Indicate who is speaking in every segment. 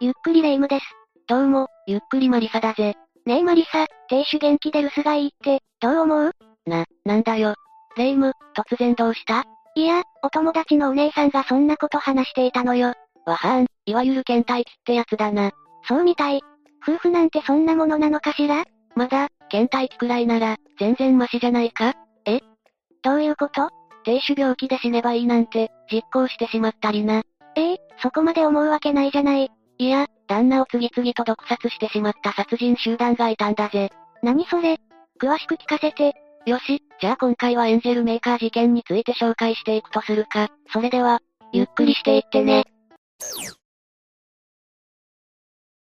Speaker 1: ゆっくりレ夢ムです。
Speaker 2: どうも、ゆっくりマリサだぜ。
Speaker 1: ねえマリサ、亭主元気で留守がいいって、どう思う
Speaker 2: な、なんだよ。レ夢ム、突然どうした
Speaker 1: いや、お友達のお姉さんがそんなこと話していたのよ。
Speaker 2: わはん、いわゆる倦怠期ってやつだな。
Speaker 1: そうみたい。夫婦なんてそんなものなのかしら
Speaker 2: まだ、倦怠期くらいなら、全然マシじゃないかえ
Speaker 1: どういうこと
Speaker 2: 亭主病気で死ねばいいなんて、実行してしまったりな。
Speaker 1: ええそこまで思うわけないじゃない。
Speaker 2: いや、旦那を次々と毒殺してしまった殺人集団がいたんだぜ。
Speaker 1: 何それ詳しく聞かせて。
Speaker 2: よし、じゃあ今回はエンジェルメーカー事件について紹介していくとするか。それでは、ゆっくりしていってね。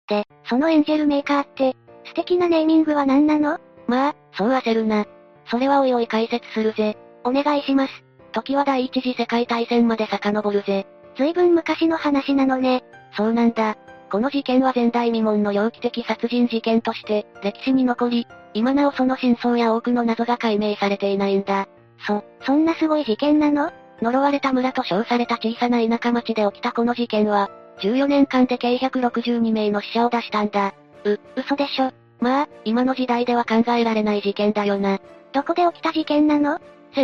Speaker 1: で、そのエンジェルメーカーって、素敵なネーミングは何なの
Speaker 2: まあ、そう焦るな。それはおいおい解説するぜ。
Speaker 1: お願いします。
Speaker 2: 時は第一次世界大戦まで遡るぜ。
Speaker 1: 随分昔の話なのね。
Speaker 2: そうなんだ。この事件は前代未聞の猟奇的殺人事件として、歴史に残り、今なおその真相や多くの謎が解明されていないんだ。
Speaker 1: そ、そんなすごい事件なの
Speaker 2: 呪われた村と称された小さな田舎町で起きたこの事件は、14年間で計162名の死者を出したんだ。
Speaker 1: う、嘘でしょ。
Speaker 2: まあ、今の時代では考えられない事件だよな。
Speaker 1: どこで起きた事件なの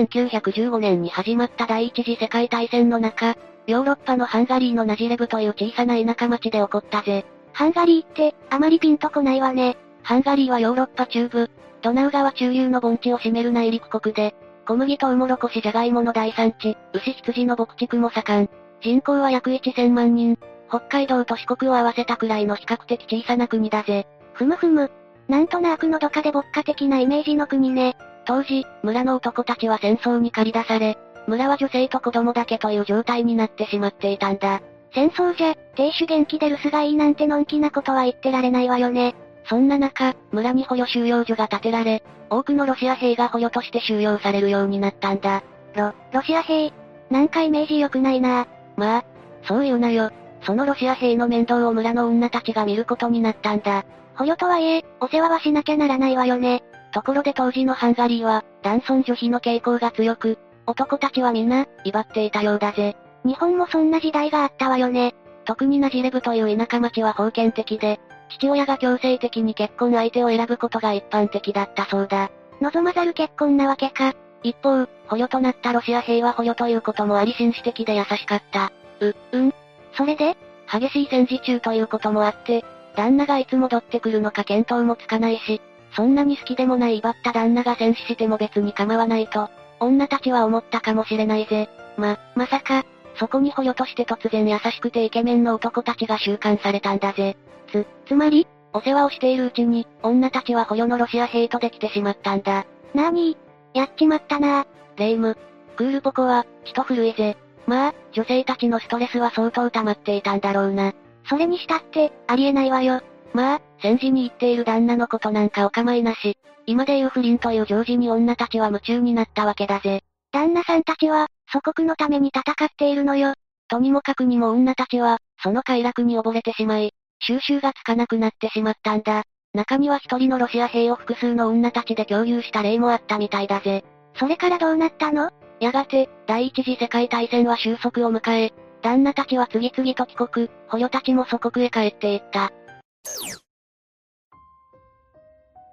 Speaker 2: ?1915 年に始まった第一次世界大戦の中、ヨーロッパのハンガリーのナジレブという小さな田舎町で起こったぜ。
Speaker 1: ハンガリーって、あまりピンとこないわね。
Speaker 2: ハンガリーはヨーロッパ中部、ドナウ川中流の盆地を占める内陸国で、小麦とウモロコシジャガイモの大産地、牛羊の牧畜も盛ん。人口は約1000万人。北海道と四国を合わせたくらいの比較的小さな国だぜ。
Speaker 1: ふむふむ。なんとなくのどかで牧歌的なイメージの国ね。
Speaker 2: 当時、村の男たちは戦争に駆り出され、村は女性と子供だけという状態になってしまっていたんだ。
Speaker 1: 戦争じゃ、亭主元気で留守がいいなんてのんきなことは言ってられないわよね。
Speaker 2: そんな中、村に捕虜収容所が建てられ、多くのロシア兵が捕虜として収容されるようになったんだ。
Speaker 1: ロ、ロシア兵なんかイメージ良くないな
Speaker 2: まあ、そう言うなよ。そのロシア兵の面倒を村の女たちが見ることになったんだ。
Speaker 1: 捕虜とはいえ、お世話はしなきゃならないわよね。
Speaker 2: ところで当時のハンガリーは、男尊女卑の傾向が強く、男たちは皆、威張っていたようだぜ。
Speaker 1: 日本もそんな時代があったわよね。
Speaker 2: 特にナジレブという田舎町は封建的で、父親が強制的に結婚相手を選ぶことが一般的だったそうだ。
Speaker 1: 望まざる結婚なわけか。
Speaker 2: 一方、捕虜となったロシア兵は捕虜ということもあり紳士的で優しかった。
Speaker 1: う、うん。それで
Speaker 2: 激しい戦時中ということもあって、旦那がいつ戻ってくるのか見当もつかないし、そんなに好きでもない威張った旦那が戦死しても別に構わないと、女たちは思ったかもしれないぜ。ま、まさか、そこに捕虜として突然優しくてイケメンの男たちが収監されたんだぜ。
Speaker 1: つ、つまり
Speaker 2: お世話をしているうちに、女たちは捕虜のロシア兵とできてしまったんだ。
Speaker 1: なーにやっちまったなー。
Speaker 2: レイム、クールポコは、人古いぜ。まあ、女性たちのストレスは相当溜まっていたんだろうな。
Speaker 1: それにしたって、ありえないわよ。
Speaker 2: まあ、戦時に行っている旦那のことなんかお構いなし。今でいう不倫という常時に女たちは夢中になったわけだぜ。
Speaker 1: 旦那さんたちは、祖国のために戦っているのよ。
Speaker 2: とにもかくにも女たちは、その快楽に溺れてしまい、収集がつかなくなってしまったんだ。中には一人のロシア兵を複数の女たちで共有した例もあったみたいだぜ。
Speaker 1: それからどうなったの
Speaker 2: やがて、第一次世界大戦は収束を迎え、旦那たちは次々と帰国、捕虜たちも祖国へ帰っていった。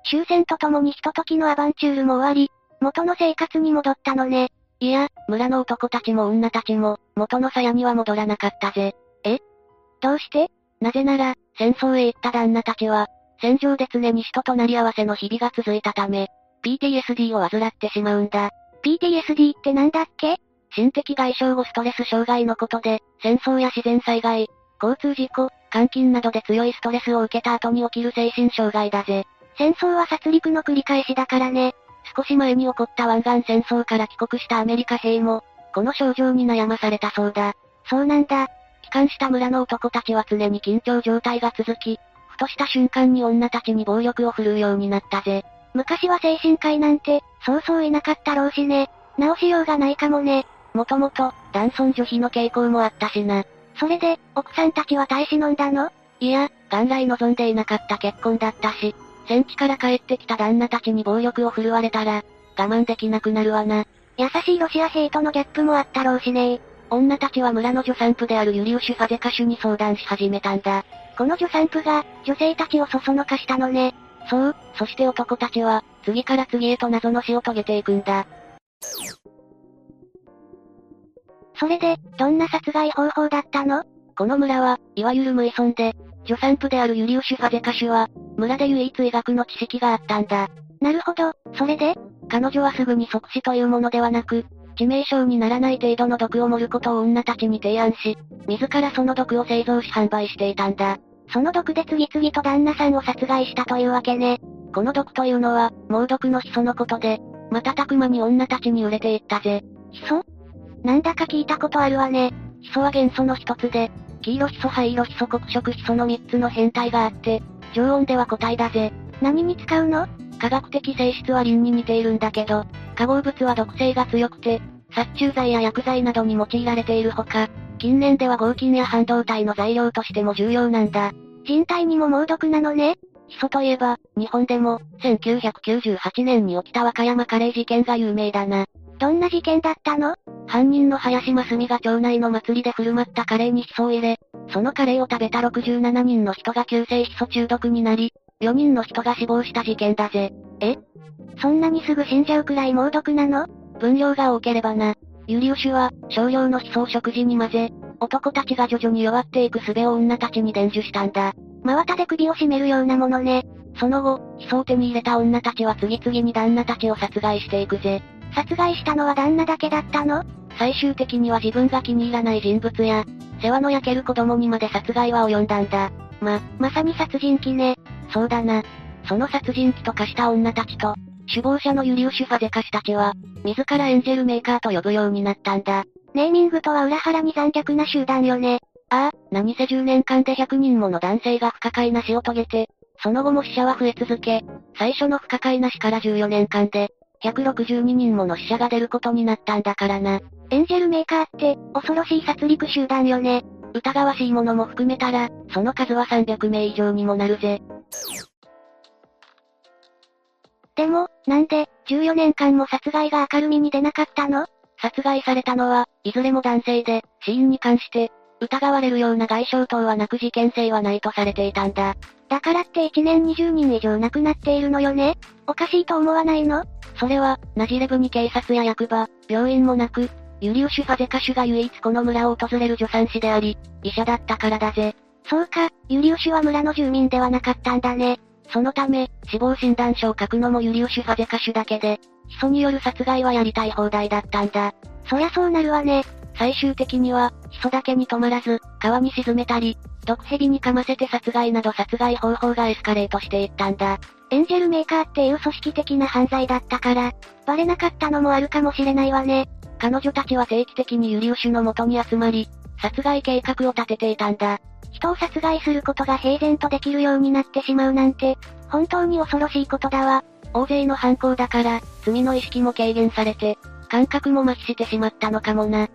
Speaker 1: 終戦とともにひとときのアバンチュールも終わり、元の生活に戻ったのね。
Speaker 2: いや、村の男たちも女たちも、元の鞘には戻らなかったぜ。
Speaker 1: えどうして
Speaker 2: なぜなら、戦争へ行った旦那たちは、戦場で常に人となり合わせの日々が続いたため、PTSD を患ってしまうんだ。
Speaker 1: PTSD ってなんだっけ
Speaker 2: 心的外傷後ストレス障害のことで、戦争や自然災害、交通事故、監禁などで強いストレスを受けた後に起きる精神障害だぜ。
Speaker 1: 戦争は殺戮の繰り返しだからね。
Speaker 2: 少し前に起こった湾岸戦争から帰国したアメリカ兵も、この症状に悩まされたそうだ。
Speaker 1: そうなんだ。
Speaker 2: 帰還した村の男たちは常に緊張状態が続き、ふとした瞬間に女たちに暴力を振るうようになったぜ。
Speaker 1: 昔は精神科医なんて、そうそういなかったろうしね。治しようがないかもね。
Speaker 2: もともと、男尊女卑の傾向もあったしな。
Speaker 1: それで、奥さんたちは耐え忍んだの
Speaker 2: いや、元来望んでいなかった結婚だったし、戦地から帰ってきた旦那たちに暴力を振るわれたら、我慢できなくなるわな。
Speaker 1: 優しいロシア兵とのギャップもあったろうしね
Speaker 2: 女たちは村の助産婦であるユリウシュ・ファゼカシュに相談し始めたんだ。
Speaker 1: この助産婦が、女性たちをそそのかしたのね。
Speaker 2: そう、そして男たちは、次から次へと謎の死を遂げていくんだ。
Speaker 1: それで、どんな殺害方法だったの
Speaker 2: この村は、いわゆる無依存で、助産婦であるユリウシュ・ファゼカシュは、村で唯一医学の知識があったんだ。
Speaker 1: なるほど、それで
Speaker 2: 彼女はすぐに即死というものではなく、致命傷にならない程度の毒を盛ることを女たちに提案し、自らその毒を製造し販売していたんだ。
Speaker 1: その毒で次々と旦那さんを殺害したというわけね。
Speaker 2: この毒というのは、猛毒のヒ素のことで、瞬く間に女たちに売れていったぜ。
Speaker 1: ヒ素なんだか聞いたことあるわね。
Speaker 2: ヒ素は元素の一つで、黄色ヒ素灰色ヒ素黒色ヒ素の3つの変態があって、常温では固体だぜ。
Speaker 1: 何に使うの
Speaker 2: 科学的性質は輪に似ているんだけど、化合物は毒性が強くて、殺虫剤や薬剤などに用いられているほか、近年では合金や半導体の材料としても重要なんだ。
Speaker 1: 人体にも猛毒なのね。
Speaker 2: ヒ素といえば、日本でも、1998年に起きた和歌山カレー事件が有名だな。
Speaker 1: どんな事件だったの
Speaker 2: 犯人の林真澄が町内の祭りで振る舞ったカレーにヒ素を入れ、そのカレーを食べた67人の人が急性ヒ素中毒になり、4人の人が死亡した事件だぜ。
Speaker 1: えそんなにすぐ死んじゃうくらい猛毒なの
Speaker 2: 分量が多ければな。ユリウシュは、少量のヒ素を食事に混ぜ、男たちが徐々に弱っていく術を女たちに伝授したんだ。
Speaker 1: 真綿で首を絞めるようなものね。
Speaker 2: その後、ヒ素を手に入れた女たちは次々に旦那たちを殺害していくぜ。
Speaker 1: 殺害したのは旦那だけだったの
Speaker 2: 最終的には自分が気に入らない人物や、世話の焼ける子供にまで殺害は及んだんだ。
Speaker 1: ま、まさに殺人鬼ね。
Speaker 2: そうだな。その殺人鬼と化した女たちと、首謀者のユリウシュ・ファゼカシたちは、自らエンジェルメーカーと呼ぶようになったんだ。
Speaker 1: ネーミングとは裏腹に残虐な集団よね。
Speaker 2: ああ、何せ10年間で100人もの男性が不可解な死を遂げて、その後も死者は増え続け、最初の不可解な死から14年間で、162人もの死者が出ることになったんだからな。
Speaker 1: エンジェルメーカーって、恐ろしい殺戮集団よね。
Speaker 2: 疑わしいものも含めたら、その数は300名以上にもなるぜ。
Speaker 1: でも、なんで、14年間も殺害が明るみに出なかったの
Speaker 2: 殺害されたのは、いずれも男性で、死因に関して、疑われるような外傷等はなく事件性はないとされていたんだ。
Speaker 1: だからって1年20人以上亡くなっているのよねおかしいと思わないの
Speaker 2: それは、ナジレブに警察や役場、病院もなく、ユリウシュ・ファゼカシュが唯一この村を訪れる助産師であり、医者だったからだぜ。
Speaker 1: そうか、ユリウシュは村の住民ではなかったんだね。
Speaker 2: そのため、死亡診断書を書くのもユリウシュ・ファゼカシュだけで、ヒ素による殺害はやりたい放題だったんだ。
Speaker 1: そりゃそうなるわね。
Speaker 2: 最終的には、ヒ素だけに止まらず、川に沈めたり、毒蛇に噛ませて殺害など殺害方法がエスカレートしていったんだ。
Speaker 1: エンジェルメーカーっていう組織的な犯罪だったから、バレなかったのもあるかもしれないわね。
Speaker 2: 彼女たちは定期的にユリウシュの元に集まり、殺害計画を立てていたんだ。
Speaker 1: 人を殺害することが平然とできるようになってしまうなんて、本当に恐ろしいことだわ。
Speaker 2: 大勢の犯行だから、罪の意識も軽減されて、感覚も麻痺してしまったのかもな。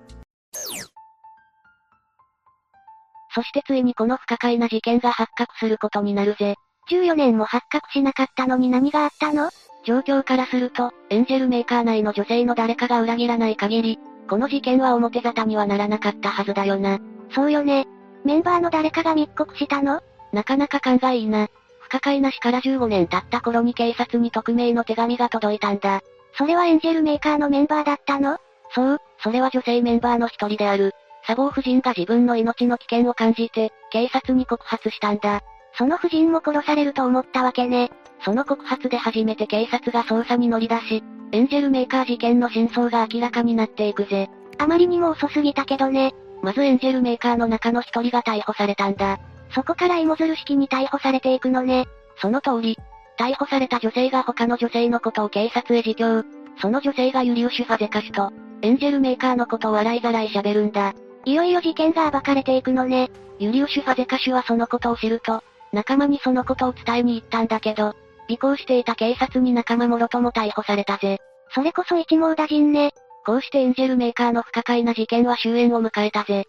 Speaker 2: そしてついにこの不可解な事件が発覚することになるぜ。
Speaker 1: 14年も発覚しなかったのに何があったの
Speaker 2: 状況からすると、エンジェルメーカー内の女性の誰かが裏切らない限り、この事件は表沙汰にはならなかったはずだよな。
Speaker 1: そうよね。メンバーの誰かが密告したの
Speaker 2: なかなか勘がいいな。不可解な死から15年経った頃に警察に匿名の手紙が届いたんだ。
Speaker 1: それはエンジェルメーカーのメンバーだったの
Speaker 2: そう、それは女性メンバーの一人である。砂防夫人が自分の命の危険を感じて、警察に告発したんだ。
Speaker 1: その夫人も殺されると思ったわけね。
Speaker 2: その告発で初めて警察が捜査に乗り出し、エンジェルメーカー事件の真相が明らかになっていくぜ。
Speaker 1: あまりにも遅すぎたけどね。
Speaker 2: まずエンジェルメーカーの中の一人が逮捕されたんだ。
Speaker 1: そこから芋づる式に逮捕されていくのね。
Speaker 2: その通り。逮捕された女性が他の女性のことを警察へ自供。その女性がユリウシュ・ファゼカシと、エンジェルメーカーのことを笑いざらい喋るんだ。
Speaker 1: いよいよ事件が暴かれていくのね。
Speaker 2: ユリウシュ・ファゼカシはそのことを知ると、仲間にそのことを伝えに行ったんだけど、尾行していた警察に仲間もろとも逮捕されたぜ。
Speaker 1: それこそ一網打尽ね。
Speaker 2: こうしてエンジェルメーカーの不可解な事件は終焉を迎えたぜ。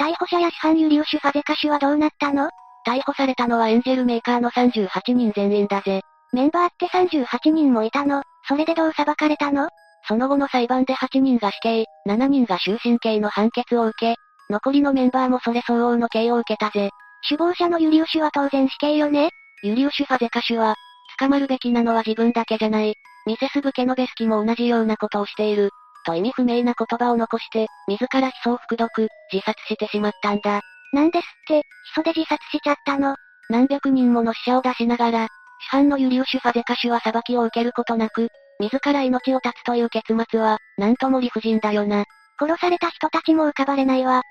Speaker 1: 逮捕者や市販ユリウシュ・ファゼカシはどうなったの
Speaker 2: 逮捕されたのはエンジェルメーカーの38人全員だぜ。
Speaker 1: メンバーって38人もいたの。それでどう裁かれたの
Speaker 2: その後の裁判で8人が死刑、7人が終身刑の判決を受け、残りのメンバーもそれ相応の刑を受けたぜ。
Speaker 1: 首謀者のユリウシュは当然死刑よね
Speaker 2: ユリウシュ・ファゼカシュは、捕まるべきなのは自分だけじゃない。ミセス・ブケノベスキも同じようなことをしている。と意味不明な言葉を残して、自らヒ素を服毒、自殺してしまったんだ。
Speaker 1: なんですって、ヒ素で自殺しちゃったの。
Speaker 2: 何百人もの死者を出しながら、市販のユリウシュ・ファゼカシュは裁きを受けることなく、自ら命を絶つという結末は、なんとも理不尽だよな。
Speaker 1: 殺された人たちも浮かばれないわ。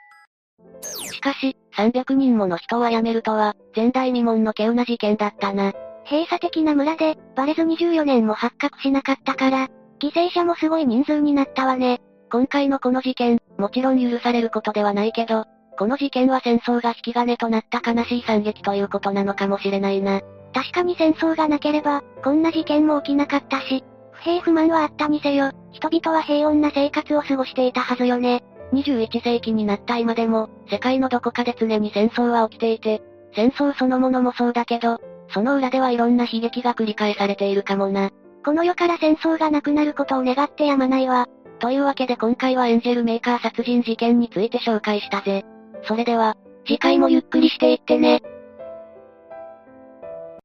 Speaker 2: しかし、300人もの人は辞めるとは、前代未聞の稀有な事件だったな。
Speaker 1: 閉鎖的な村で、バレず24年も発覚しなかったから、犠牲者もすごい人数になったわね。
Speaker 2: 今回のこの事件、もちろん許されることではないけど、この事件は戦争が引き金となった悲しい惨劇ということなのかもしれないな。
Speaker 1: 確かに戦争がなければ、こんな事件も起きなかったし、不平不満はあったにせよ、人々は平穏な生活を過ごしていたはずよね。
Speaker 2: 21世紀になった今でも、世界のどこかで常に戦争は起きていて、戦争そのものもそうだけど、その裏ではいろんな悲劇が繰り返されているかもな。
Speaker 1: この世から戦争がなくなることを願ってやまないわ。
Speaker 2: というわけで今回はエンジェルメーカー殺人事件について紹介したぜ。それでは、
Speaker 1: 次回もゆっくりしていってね。